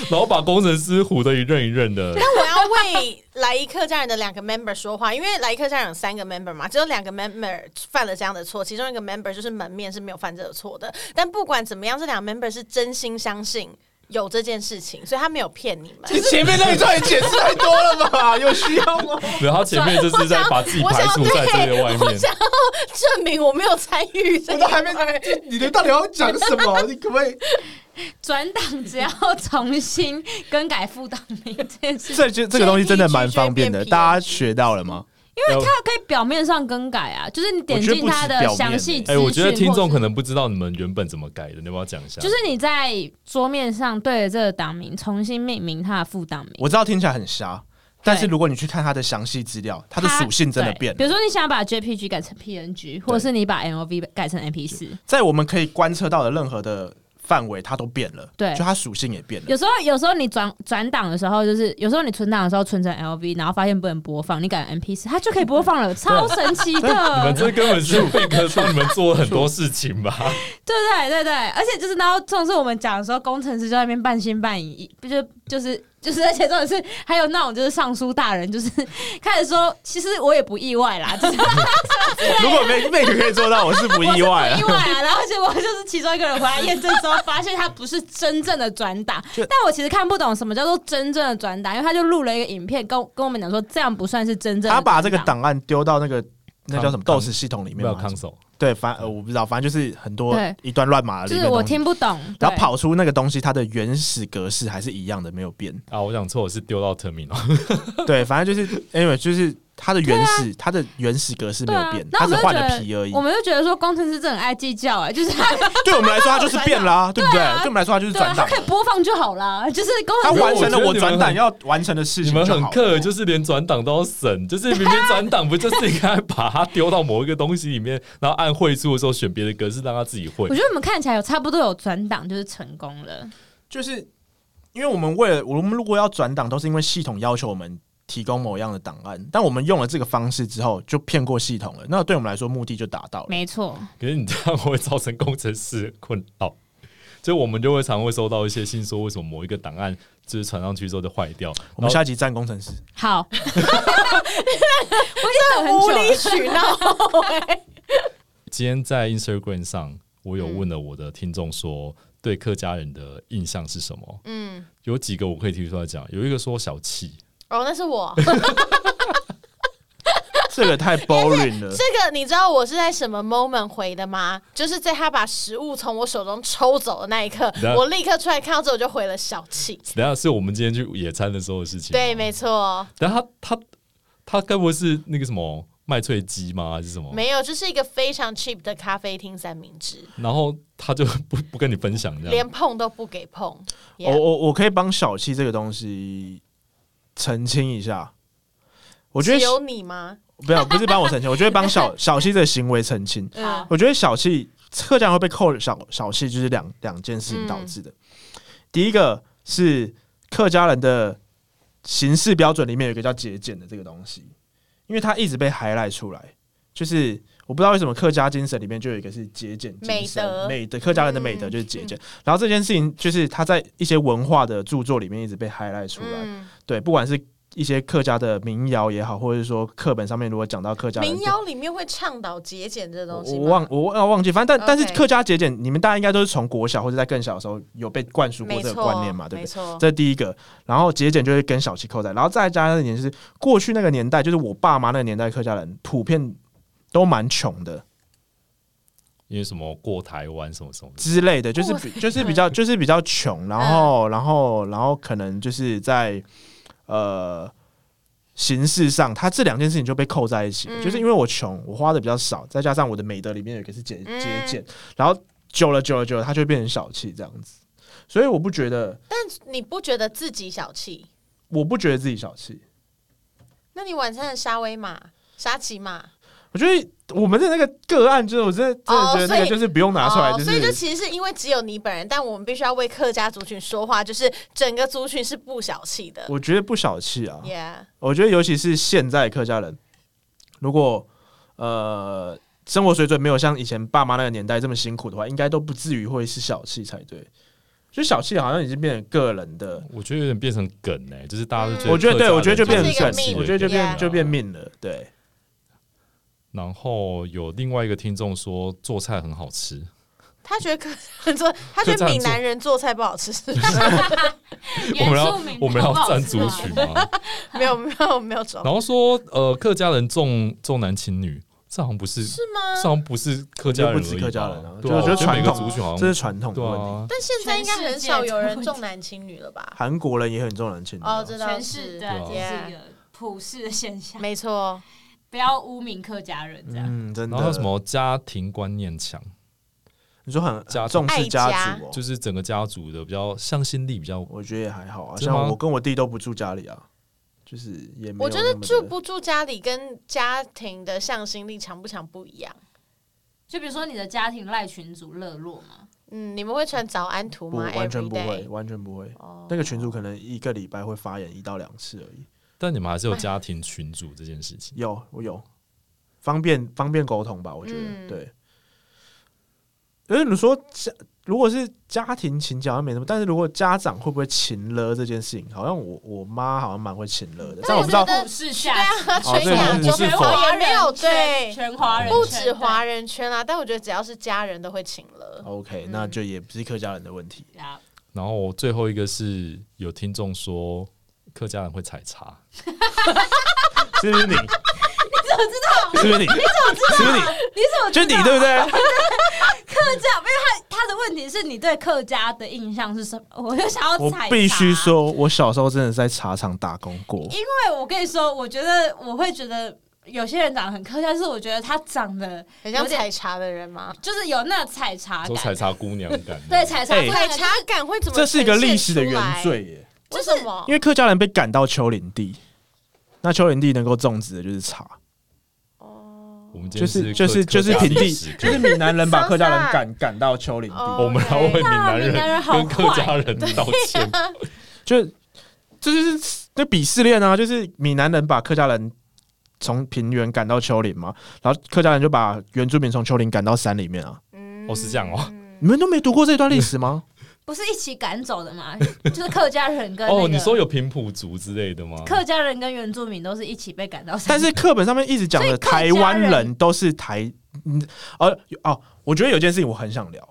Speaker 2: 然后把工程师唬得一愣一愣的。
Speaker 1: 但我要为莱伊克家人的两个 member 说话，因为莱伊克家人有三个 member 嘛，只有两个 member 犯了这样的错，其中一个 member 就是门面是没有犯这个错的。但不管怎么样，这两个 member 是真心相信有这件事情，所以他没有骗你们。
Speaker 3: 你前面那一段也解释太多了吧？有需要吗？
Speaker 2: 然后他前面就是在把自己
Speaker 1: 我想
Speaker 2: 排除在这
Speaker 1: 对
Speaker 2: 个外
Speaker 1: 我
Speaker 2: 面。
Speaker 1: 想要 证明我没有参与这
Speaker 3: 我
Speaker 1: 个，
Speaker 3: 都还没， 你你到底要讲什么？你可不可以？
Speaker 4: 转档只要重新更改副档名这件事，
Speaker 3: 这就这个东西真的蛮方便的，
Speaker 1: JPG
Speaker 3: 大家学到了吗？
Speaker 4: 因为它可以表面上更改啊，就是你点进它的详细资
Speaker 2: 哎、
Speaker 4: 讯，
Speaker 2: 我觉得听众
Speaker 4: 或
Speaker 2: 可
Speaker 4: 是
Speaker 2: 能不知道你们原本怎么改的，你要不要讲一下？
Speaker 4: 就是你在桌面上对着这个档名重新命名它的副档名。
Speaker 3: 我知道听起来很瞎，但是如果你去看它的详细资料，它的属性真的
Speaker 4: 对
Speaker 3: 变
Speaker 4: 比
Speaker 3: 了。
Speaker 4: 如说你想把 JPG 改成 PNG，或者是你把 MOV 改成 MP 四，
Speaker 3: 在我们可以观测到的任何的范围，它都变了，
Speaker 4: 对
Speaker 3: 就它属性也变了。
Speaker 4: 有时候有时候你转转档的时候，就是有时候你存档的时候存成 LV，然后发现不能播放，你改 MP 四，它就可以播放了，超神奇的，对
Speaker 2: 你
Speaker 1: 呃
Speaker 2: 们
Speaker 4: 不
Speaker 2: 这根本是 Make 帮你们做了很多事情 吧？
Speaker 4: 对对对，而且就是然后重是我们讲的时候，工程师就在那边半信半疑，不就就是。就是，而且重点是，还有那种就是尚书大人，就是开始说，其实我也不意外啦，就是
Speaker 3: 如果 Make Make 可以做到，我是不意外
Speaker 4: 我是
Speaker 3: 了
Speaker 4: 不。意外啊。然后结果就是其中一个人回来验证之后，发现他不是真正的转档。
Speaker 3: 就
Speaker 4: 但我其实看不懂什么叫做真正的转档，因为他就录了一个影片跟我跟我们讲说，这样不算是真正的转档。
Speaker 3: 他把这个档案丢到那个那叫什么
Speaker 2: 康
Speaker 3: DOS 系统里
Speaker 2: 没
Speaker 3: 面
Speaker 2: 有
Speaker 3: 吗？
Speaker 2: console，
Speaker 3: 对，反呃我不知道，反正就是很多
Speaker 4: 对
Speaker 3: 一段乱码的
Speaker 4: 就
Speaker 3: 理
Speaker 4: 是
Speaker 3: 论
Speaker 4: 我
Speaker 3: 东西，
Speaker 4: 听不懂，
Speaker 3: 然后
Speaker 4: 对
Speaker 3: 跑出那个东西，它的原始格式还是一样的，没有变。
Speaker 2: 啊，我想错，我是丢到 terminal。
Speaker 3: 对，反正就是 anyway，就是它的原始，它的原始格式没
Speaker 4: 啊对
Speaker 3: 有
Speaker 4: 啊
Speaker 3: 变，，
Speaker 4: 那
Speaker 3: 它
Speaker 4: 我
Speaker 3: 只
Speaker 4: 们就
Speaker 3: 换
Speaker 4: 觉
Speaker 3: 了皮而
Speaker 4: 得
Speaker 3: 已，
Speaker 4: 我。们就觉得说工程师真的很爱计较，哎，就是 他
Speaker 3: 对我们来说，它就是变啦，对不对
Speaker 4: 对啊？
Speaker 3: 对我们来说，它就是
Speaker 4: 对啊
Speaker 3: 转
Speaker 4: 他
Speaker 3: 档
Speaker 4: 可。以播放就好啦，就是工
Speaker 3: 它
Speaker 4: 程师
Speaker 3: 完成了
Speaker 2: 我觉得
Speaker 3: 我
Speaker 2: 你们
Speaker 3: 转档
Speaker 2: 很
Speaker 3: 要完成的事
Speaker 2: 你
Speaker 3: 情
Speaker 2: 们
Speaker 3: 就
Speaker 2: 很
Speaker 3: 好了。
Speaker 2: 克，就是连转档都要审，就是明明转档不就是应该把它丢到某一个东西里面，然后按会注的时候选别的格式让它自己会
Speaker 4: 我。觉得我们看起来有差不多有转档，就是成功了。
Speaker 3: 就是因为我们为了我们如果要转档，都是因为系统要求我们提供某样的档案，但我们用了这个方式之后，就骗过系统了。那对我们来说，目的就达到了。
Speaker 4: 没错，
Speaker 2: 可是你这样会造成工程师的困扰。就我们就会常会收到一些信，说为什么某一个档案就是传上去之后就坏掉。
Speaker 3: 我
Speaker 2: 然
Speaker 3: 们
Speaker 2: 后
Speaker 3: 下一集站工程师，
Speaker 4: 好，我已经等很
Speaker 1: 无
Speaker 4: 久
Speaker 1: 理
Speaker 4: 了。
Speaker 1: 取闹。
Speaker 2: 今天在 Instagram 上，我
Speaker 4: 嗯
Speaker 2: 有问了我的听众说，对客家人的印象是什么？
Speaker 1: 嗯，
Speaker 2: 有几个我可以提出来讲，有一个说小气，
Speaker 1: 哦，那是我。
Speaker 3: 这个太 boring 了。
Speaker 1: 这个你知道我是在什么 moment 回的吗？就是在他把食物从我手中抽走的那一刻
Speaker 2: 那，
Speaker 1: 我立刻出来看到之后我就回了小气。
Speaker 2: 等一下是我们今天去野餐的时候的事情。
Speaker 1: 对，，没错，
Speaker 2: 但他他他该不会是那个什么麦脆鸡吗？还是什么？
Speaker 1: 没有，就是一个非常 cheap 的咖啡厅三明治，
Speaker 2: 然后他就不不跟你分享这样
Speaker 1: 连。碰都不给碰。
Speaker 3: 我
Speaker 1: Yeah
Speaker 3: 我我可以帮小气这个东西澄清一下。我觉得
Speaker 1: 只有你吗？
Speaker 3: 不要，不是帮我澄清，我觉得帮小小气这个行为澄清。
Speaker 1: 嗯
Speaker 4: 好，
Speaker 3: 我觉得小气客家人会被扣小小气，就是两两件事情导致的。第一个是客家人的行事标准里面有一个叫节俭的这个东西，因为它一直被 highlight 出来，就是我不知道为什么客家精神里面就有一个是节俭精神
Speaker 1: 美德嗯
Speaker 3: 美德，客家人的美德就是节俭。然后这件事情就是他在一些文化的著作里面一直被 highlight 出来，
Speaker 1: 嗯，
Speaker 3: 对，不管是。一些客家的民谣也好，或者是说课本上面如果讲到客家人
Speaker 1: 民谣里面会倡导节俭这
Speaker 3: 我
Speaker 1: 东西吗
Speaker 3: 我忘我忘忘记，反正但但是
Speaker 1: OK
Speaker 3: 客家节俭，你们大家应该都是从国小或者在更小的时候有被灌输过
Speaker 1: 没
Speaker 3: 这
Speaker 1: 错，
Speaker 3: 个观念嘛，对不
Speaker 1: 没
Speaker 3: 对？
Speaker 1: 错，
Speaker 3: 这第一个，然后节俭就会跟小气扣在，然后再加上一点就是过去那个年代，就是我爸妈那个年代，客家人普遍都蛮穷的
Speaker 2: 因为什么过台湾什么什么的，
Speaker 3: 之类的，就是比就是比较就是比较穷，
Speaker 1: 嗯
Speaker 3: 然后然后然后可能就是在呃形式上，他这两件事情就被扣在一起了，
Speaker 1: 嗯
Speaker 3: 就是因为我穷，我花的比较少，再加上我的美德里面有一个是节
Speaker 1: 嗯
Speaker 3: 节俭，然后久了久了久了，他就会变成小气这样子，所以我不觉得
Speaker 1: 你不觉得自己小气？
Speaker 3: 我不觉得自己小气，
Speaker 1: 那你晚餐的沙威玛、沙琪玛，
Speaker 3: 我觉得。我们的那个个案，就是我真的真的觉得那
Speaker 1: 哦所
Speaker 3: 个
Speaker 1: 以
Speaker 3: 就是不用拿出来，
Speaker 1: 哦
Speaker 3: 就
Speaker 1: 所以就是其实是因为只有你本人，但我们必须要为客家族群说话，就是整个族群是不小气的。
Speaker 3: 我觉得不小气啊。
Speaker 1: Yeah，
Speaker 3: 我觉得尤其是现在客家人，如果呃生活水准没有像以前爸妈那个年代这么辛苦的话，应该都不至于会是小气才对。就小气好像已经变成个人的，
Speaker 2: 我觉得有点变成梗哎、就是大家就觉得
Speaker 3: 我觉得对我觉得就变
Speaker 1: 成是
Speaker 3: 成
Speaker 1: 一个
Speaker 3: 梗
Speaker 1: 命
Speaker 3: 我觉得就变
Speaker 1: yeah
Speaker 3: 就变
Speaker 2: 命。
Speaker 3: 命了。对，
Speaker 2: 然后有另外一个听众说做菜很好吃，
Speaker 1: 他觉得客做，他觉
Speaker 2: 客家
Speaker 1: 得
Speaker 2: 人
Speaker 1: 闽
Speaker 2: 做
Speaker 1: 南人做菜不好吃，
Speaker 2: 我们
Speaker 4: 原
Speaker 2: 要
Speaker 4: 住民
Speaker 2: 我们要
Speaker 4: 好不好
Speaker 2: 占
Speaker 4: 吃
Speaker 2: 族
Speaker 4: 啊
Speaker 2: 群吗？
Speaker 1: 没有没有没有种
Speaker 2: 然后说呃客家人重重男轻女，这好像不是
Speaker 1: 是
Speaker 4: 啊
Speaker 1: 吗
Speaker 2: 这？好像不是客家人而已吧，
Speaker 3: 我觉得不止客家人啊
Speaker 2: 对啊，
Speaker 3: 我觉得
Speaker 2: 我觉得每个
Speaker 1: 传统
Speaker 2: 族群好
Speaker 3: 这是
Speaker 2: 像
Speaker 3: 传统的
Speaker 2: 对
Speaker 3: 问题。
Speaker 2: 啊，
Speaker 1: 但现在应该很少有人重男轻女了吧？
Speaker 3: 韩国人也很重男轻女啊。
Speaker 1: 哦，这倒
Speaker 4: 全
Speaker 1: 是
Speaker 4: 是
Speaker 2: 啊
Speaker 4: 对，
Speaker 2: 对
Speaker 4: 这
Speaker 1: 啊
Speaker 4: 是一个普世的现象，
Speaker 1: 没错。
Speaker 4: 不要污名客家人这样。
Speaker 3: 嗯，真的。
Speaker 2: 啊然后什？么家庭观念强，
Speaker 3: 你说很
Speaker 2: 家
Speaker 3: 重视
Speaker 1: 爱
Speaker 3: 家
Speaker 1: 家
Speaker 3: 族哦
Speaker 2: 就？是整个家族的比较向心力比较
Speaker 3: 我觉得也还好啊。
Speaker 2: 真的
Speaker 3: 像
Speaker 2: 吗
Speaker 3: 我跟我弟都不住家里啊，就是也没有
Speaker 1: 我觉得
Speaker 3: 那么的
Speaker 1: 住不住家里跟家庭的向心力强不强不一样。
Speaker 4: 就比如说你的家庭赖群组热络嘛，
Speaker 1: 嗯，你们会传早安图
Speaker 3: 不
Speaker 1: 吗？
Speaker 3: 完全不
Speaker 1: Every
Speaker 3: 会，
Speaker 1: day
Speaker 3: 完全不会。
Speaker 1: 哦
Speaker 3: 那个群主可能一个礼拜会发言一到两次而已。
Speaker 2: 但你们还是有家庭群组这件事情。
Speaker 3: 有，我有，方便方便沟通吧，我觉得、
Speaker 1: 嗯
Speaker 3: 对。因为你说家如果是家庭情节好像没什么，但是如果家长会不会情了这件事情，好像我我妈好像蛮会情了的，但我不知道
Speaker 1: 觉。得
Speaker 4: 普世
Speaker 1: 对
Speaker 4: 价值，
Speaker 1: 啊，
Speaker 3: 哦这
Speaker 1: 全
Speaker 3: 个
Speaker 1: 亚
Speaker 3: 不
Speaker 1: 洲
Speaker 3: 是
Speaker 1: 全
Speaker 3: 否
Speaker 1: 华
Speaker 4: 华
Speaker 1: 人没有
Speaker 4: 人圈
Speaker 1: 对，
Speaker 4: 全华人
Speaker 1: 不
Speaker 4: 圈
Speaker 1: 止华人圈啦、但我觉得只要是家人都会请了。
Speaker 3: OK，那
Speaker 4: 嗯
Speaker 3: 就也不是客家人的问题。
Speaker 4: 对啊
Speaker 2: 然后最后一个是有听众说客家人会采茶，
Speaker 3: 是不是你？
Speaker 4: 怎么知道？
Speaker 5: 是不是你？是不是你？
Speaker 4: 你怎么知
Speaker 5: 就
Speaker 4: 道
Speaker 5: 是你对不对？
Speaker 4: 客家？因为他他的问题是你对客家的印象是什么？我就想要
Speaker 3: 我
Speaker 4: 采
Speaker 3: 必须
Speaker 4: 茶，
Speaker 3: 说，我小时候真的是在茶厂打工过。
Speaker 4: 因为我跟你说，我觉得我会觉得有些人长得很客家，但是我觉得他长得
Speaker 1: 很像
Speaker 4: 有点
Speaker 1: 采茶的人吗？
Speaker 4: 就是有那采茶
Speaker 2: 说
Speaker 4: 感，
Speaker 2: 啊采茶姑娘感，
Speaker 4: 对啊采茶
Speaker 5: 哎
Speaker 4: 感
Speaker 1: 采茶感会怎么？
Speaker 3: 这是一个历史的原，罪耶，
Speaker 1: 为
Speaker 4: 就是
Speaker 1: 什么？
Speaker 3: 因为客家人被赶到丘陵地，那丘陵地能够种植的就是茶，
Speaker 2: 我们今
Speaker 3: 就
Speaker 2: 天
Speaker 3: 是
Speaker 2: 是
Speaker 3: 就是
Speaker 2: 客
Speaker 3: 就是平
Speaker 2: 客家历
Speaker 3: 地
Speaker 2: 史，课
Speaker 3: 就是闽南 人把客家人
Speaker 1: 乡
Speaker 3: 赶赶到丘陵地，
Speaker 1: 哦
Speaker 2: 我们要为啊闽南
Speaker 4: 闽南人
Speaker 2: 人
Speaker 4: 好
Speaker 2: 跟客家人道歉。
Speaker 3: 就这就是那鄙视链啊，就是闽南人把客家人从平原赶到丘陵嘛，然后客家人就把原住民从丘陵赶到山里面啊，
Speaker 1: 嗯
Speaker 2: 哦是这样哦。
Speaker 3: 你们都没读过这段历史吗？
Speaker 4: 不是一起赶走的嘛？就是客家人跟那个
Speaker 2: 哦，你说有平埔族之类的吗？
Speaker 4: 客家人跟原住民都是一起被赶到山，
Speaker 3: 哦但是课本上面一直讲
Speaker 4: 所
Speaker 3: 的
Speaker 4: 以客家
Speaker 3: 台
Speaker 4: 人
Speaker 3: 湾人都是台，嗯，哦哦，我觉得有件事情我很想聊，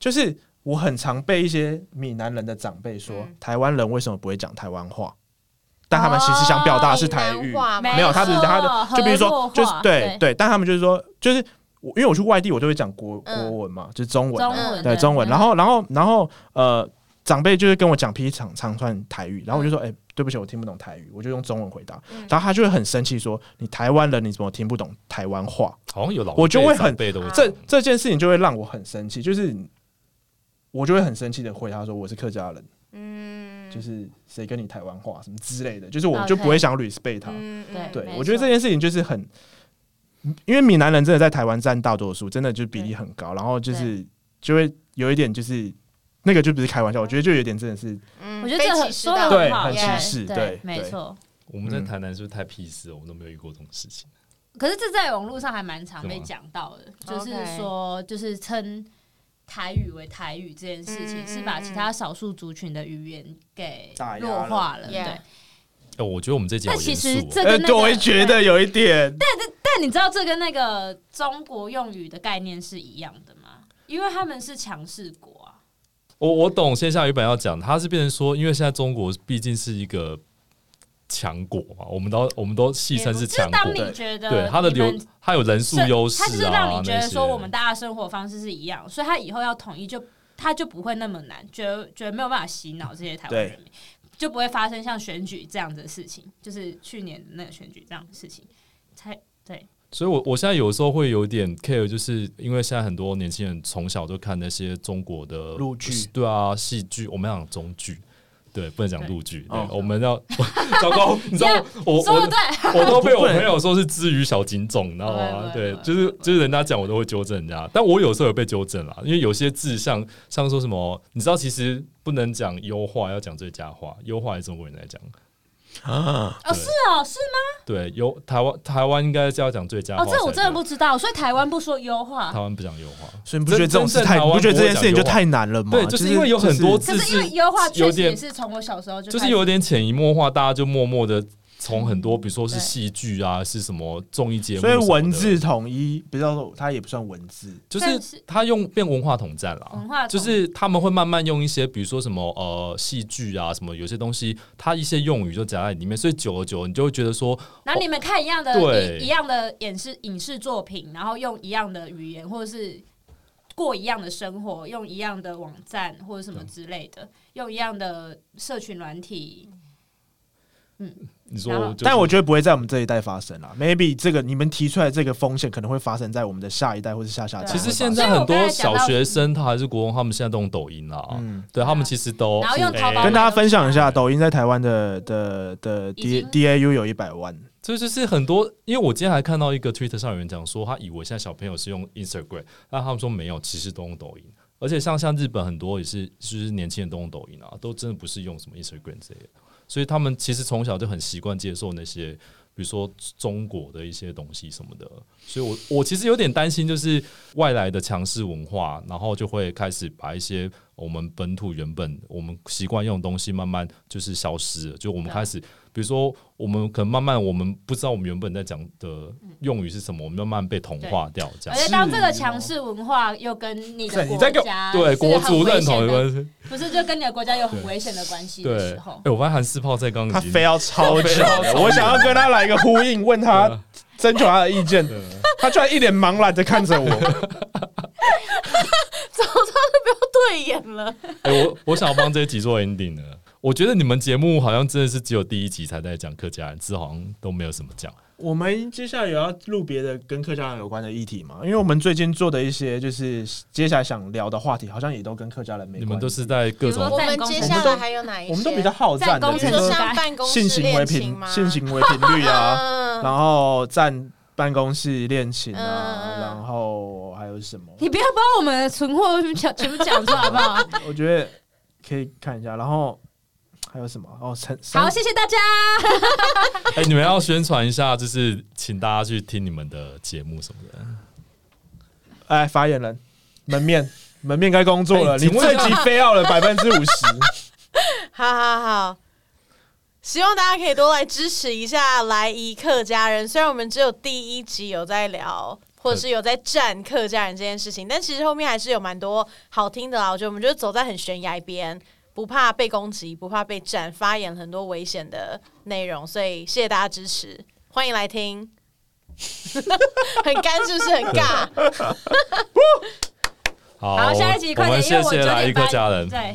Speaker 3: 就是我很常被一些闽南人的长辈说，
Speaker 1: 嗯
Speaker 3: 台湾人为什么不会讲台湾话？但他们其实想表达的是
Speaker 1: 哦
Speaker 3: 台语，没有，他
Speaker 4: 只
Speaker 3: 只是他的，就比如说，就是对
Speaker 4: 对
Speaker 3: 对，但他们就是说，就是我因为我去外地，我就会讲国国
Speaker 1: 嗯
Speaker 3: 文嘛，就是中文
Speaker 4: 中
Speaker 3: 啊，
Speaker 4: 文
Speaker 3: 对中文。然
Speaker 4: 后
Speaker 3: 后，然后，然后，呃，长辈就是跟我讲批长长串台语，然后我就说，哎、对不起，我听不懂台语，我就用中文回答。
Speaker 1: 嗯
Speaker 3: 然后他就会很生气，说你台湾人你怎么听不懂台湾话？
Speaker 2: 好像有老
Speaker 3: 我就会
Speaker 2: 辈长
Speaker 3: 很
Speaker 2: 辈都会
Speaker 1: 啊
Speaker 3: 这这件事情就会让我很生气，就是我就会很生气的回答说我是客家人，
Speaker 1: 嗯
Speaker 3: 就是谁跟你台湾话什么之类的，就是我就不会想 respect 他。
Speaker 1: 嗯
Speaker 4: 对
Speaker 3: 对
Speaker 4: 哎没，
Speaker 3: 我觉得
Speaker 4: 错
Speaker 3: 这件事情就是很，因为闽南人真的在台湾占大多数，真的就比例很高，然后就是就会有一点就是那个就不是开玩笑，我觉得就有点真的是
Speaker 1: 嗯
Speaker 4: 我觉得这
Speaker 1: 被
Speaker 4: 很
Speaker 1: 歧视
Speaker 4: 说的
Speaker 1: 到
Speaker 3: 对
Speaker 4: 好，
Speaker 3: 很
Speaker 1: 耶
Speaker 3: 歧视对对
Speaker 4: 没错。
Speaker 2: 我们在
Speaker 3: 嗯
Speaker 2: 台南是不是太 peace 了？我们都没有遇过这种事情。
Speaker 4: 可是这在网络上还蛮常被
Speaker 2: 是吗
Speaker 4: 讲到的，就
Speaker 1: OK
Speaker 4: 是说，就是称台语为台语这件事
Speaker 1: 嗯嗯
Speaker 4: 情，
Speaker 1: 嗯
Speaker 4: 是把其他少数族群的语言给
Speaker 3: 打压
Speaker 4: 弱化了，
Speaker 1: 了
Speaker 4: 对
Speaker 1: Yeah。
Speaker 2: 哎，我觉得我们这集好
Speaker 4: 但
Speaker 2: 严
Speaker 4: 其
Speaker 2: 肃
Speaker 4: 实
Speaker 2: 哦。
Speaker 4: 这跟那
Speaker 3: 呃对，
Speaker 4: 个
Speaker 3: 我会觉得有一点，
Speaker 4: 但你知道这跟那个中国用语的概念是一样的吗？因为他们是强势国啊，
Speaker 2: 我我懂线下原本要讲，他是变成说，因为现在中国毕竟是一个强国嘛，我们都我们都戏称是
Speaker 4: 就是
Speaker 2: 强
Speaker 4: 当
Speaker 2: 国，
Speaker 4: 你觉得
Speaker 2: 对他的
Speaker 4: 你
Speaker 2: 流
Speaker 4: 们
Speaker 2: 他有人数
Speaker 4: 是
Speaker 2: 优
Speaker 4: 他就
Speaker 2: 势
Speaker 4: 是让
Speaker 2: 啊
Speaker 4: 你，觉
Speaker 2: 那
Speaker 4: 得
Speaker 2: 些
Speaker 4: 说我们大家生活方式是一样，所以他以后要统一就他就不会那么难，觉得觉得没有办法洗脑这些台湾人民，就不会发生像选举这样的事情，就是去年的那个选举这样的事情，才
Speaker 2: 所以我，我现在有时候会有点 care，就是因为现在很多年轻人从小就看那些中国的
Speaker 3: 陆剧
Speaker 2: 对啊，戏剧，我们讲中剧，对，不能讲陆剧，对
Speaker 3: 哦，
Speaker 2: 我们要 糟糕，你知道我
Speaker 4: 说
Speaker 2: 我
Speaker 4: 的对，哦
Speaker 2: 我都被我朋友说是之于小警种，你知道 吗？
Speaker 4: 不会
Speaker 2: 对
Speaker 4: 不会，
Speaker 2: 就是就是人家讲我都会纠正人家，但我有时候有被纠正啦，因为有些字像像说什么，你知道其实不能讲优化，要讲最佳化，优化还是中国人来讲，
Speaker 3: 啊
Speaker 4: 哦是哦是
Speaker 2: 对，优台湾台湾应该是要讲最佳化
Speaker 4: 吗？哦
Speaker 2: 才对，
Speaker 4: 这我真的不知道，所以台湾不说优化
Speaker 2: 台，湾不讲优化。
Speaker 3: 所以你不觉得这种事太，
Speaker 2: 真
Speaker 3: 你不觉得这件事情就
Speaker 2: 真正台
Speaker 3: 太难了吗？
Speaker 2: 对就是因为有很多
Speaker 3: 就是
Speaker 4: 可
Speaker 2: 字
Speaker 4: 是因为优化确
Speaker 2: 有
Speaker 4: 实也
Speaker 2: 点
Speaker 4: 是从我小时候就
Speaker 2: 就是
Speaker 4: 开始
Speaker 2: 有点潜移默化，大家就默默的从很多，比如说是戏剧啊，是什么综艺节目，
Speaker 3: 所以文字，统一，比较说它也不算文字，
Speaker 2: 就
Speaker 4: 但是
Speaker 2: 是他用变文化统战啦。
Speaker 4: 文化
Speaker 2: 就
Speaker 4: 统
Speaker 2: 是他们会慢慢用一些，比如说什么呃戏剧啊，什么有些东西，它一些用语就夹在里面，所以久而久之，你就会觉得说，
Speaker 4: 然后你们看一样的、
Speaker 2: 哦对
Speaker 4: 一一样的影视影视作品，然后用一样的语言，或者是过一样的生活，用一样的网站或者什么之类的，用一样的社群软体。
Speaker 2: 你说
Speaker 4: 然后
Speaker 2: 就是，
Speaker 3: 但我觉得不会在我们这一代发生啦。Maybe 这个你们提出来这个风险可能会发生在我们的下一代或是下下代。
Speaker 2: 其实
Speaker 3: 会发
Speaker 2: 现
Speaker 3: 生
Speaker 2: 在很
Speaker 4: 所以我
Speaker 2: 多
Speaker 4: 刚才讲
Speaker 2: 小
Speaker 4: 到
Speaker 2: 学生他还是国中，他们现在都用抖音啦，
Speaker 3: 嗯，
Speaker 2: 对他们其实都
Speaker 4: 然后用
Speaker 2: 是
Speaker 4: 淘宝
Speaker 2: 哎
Speaker 3: 跟大家分享一下，抖音在台湾的的的
Speaker 4: 已
Speaker 3: D
Speaker 4: 经
Speaker 3: D A U 有一百万，
Speaker 2: 这就是很多，因为我今天还看到一个 Twitter 上有人讲说，他以为现在小朋友是用 Instagram，但他们说没有，其实都用抖音。而且像像日本很多也是，就是年轻人都用抖音啊，都真的不是用什么 Instagram 之类的。所以他们其实从小就很习惯接受那些，比如说中国的一些东西什么的。所以我我其实有点担心，就是外来的强势文化，然后就会开始把一些我们本土原本我们习惯用的东西，慢慢就是消失了。就我们
Speaker 4: 对
Speaker 2: 开始比如说，我们可能慢慢我们不知道我们原本在讲的用语是什么，我们慢慢被同化掉，这
Speaker 4: 而
Speaker 2: 样
Speaker 4: 且当这个
Speaker 2: 哦
Speaker 4: 强势文化又跟你的
Speaker 3: 你
Speaker 4: 国
Speaker 3: 在
Speaker 2: 给我
Speaker 4: 家
Speaker 2: 对
Speaker 4: 是
Speaker 2: 国
Speaker 4: 很
Speaker 2: 族
Speaker 4: 危
Speaker 2: 认同的
Speaker 4: 险的
Speaker 2: 关系。
Speaker 4: 不是就跟你的国家有很危险的关系的
Speaker 2: 对，
Speaker 4: 时
Speaker 2: 哎
Speaker 4: 候，，
Speaker 2: 我发现韩四炮在刚嗯
Speaker 3: 他啊
Speaker 2: 刚已经
Speaker 3: 非要超
Speaker 2: 他
Speaker 3: 久
Speaker 2: 非要超
Speaker 3: 的，
Speaker 2: 久
Speaker 3: 我想要跟他来一个呼应，问他
Speaker 2: 对啊啊
Speaker 3: 征求他的意见，他居然一脸茫然的看着 我。
Speaker 1: 早知道就不要对眼了。
Speaker 2: 哎、我我想帮这一集做 ending 了。 我觉得你们节目好像真的是只有第一集才在讲客家人，之后好像都没有什么讲。
Speaker 3: 我们接下来有要录别的跟客家人有关的议题嘛？因为我们最近做的一些，就是接下来想聊的话题，好像也都跟客家人没关。
Speaker 2: 你们都是在各
Speaker 4: 比如
Speaker 2: 种
Speaker 4: 说
Speaker 1: 我
Speaker 4: 在
Speaker 1: 们
Speaker 4: 工
Speaker 1: 接
Speaker 4: 程
Speaker 1: 下
Speaker 3: 我们
Speaker 1: 来
Speaker 3: 都
Speaker 1: 还有哪一些？
Speaker 3: 我们都比较好战的，
Speaker 4: 在
Speaker 1: 你
Speaker 4: 工
Speaker 3: 比
Speaker 4: 程
Speaker 3: 如
Speaker 1: 说
Speaker 3: 说
Speaker 4: 时
Speaker 1: 像办公室
Speaker 3: 性行为
Speaker 1: 恋
Speaker 3: 频
Speaker 1: 情吗？
Speaker 3: 性行为频率啊，
Speaker 1: 嗯，
Speaker 3: 然后占办公室恋情
Speaker 1: 嗯嗯
Speaker 3: 啊，
Speaker 1: 嗯
Speaker 3: 然后还有什么？
Speaker 4: 你不要把我们的存货全全部讲出来好不 好？
Speaker 3: 我觉得可以看一下，然后还有什么？哦，陈
Speaker 4: 好，谢谢大家。
Speaker 2: 哎、你们要宣传一下，就是请大家去听你们的节目什么的。
Speaker 3: 哎，发言人门面。门面该工作了，
Speaker 2: 哎
Speaker 3: 你
Speaker 2: 请问一
Speaker 3: 这
Speaker 2: 下
Speaker 3: 集非要了 百分之五十，
Speaker 1: 好好好，希望大家可以多来支持一下来一客家人。虽然我们只有第一集有在聊，或者是有在站客家人这件事情，但其实后面还是有蛮多好听的啦。我觉得我们就是走在很悬崖边，不怕被攻击，不怕被站，发言很多危险的内容，所以谢谢大家支持，欢迎来听。很干是不是很尬？
Speaker 2: 好，
Speaker 4: 好，下一集
Speaker 2: 我
Speaker 4: 快
Speaker 2: 们
Speaker 4: 点，因为
Speaker 2: 谢
Speaker 4: 我
Speaker 2: 谢
Speaker 4: 九
Speaker 2: 来一
Speaker 4: 点
Speaker 2: 客
Speaker 4: 半
Speaker 2: 家人。
Speaker 4: 对。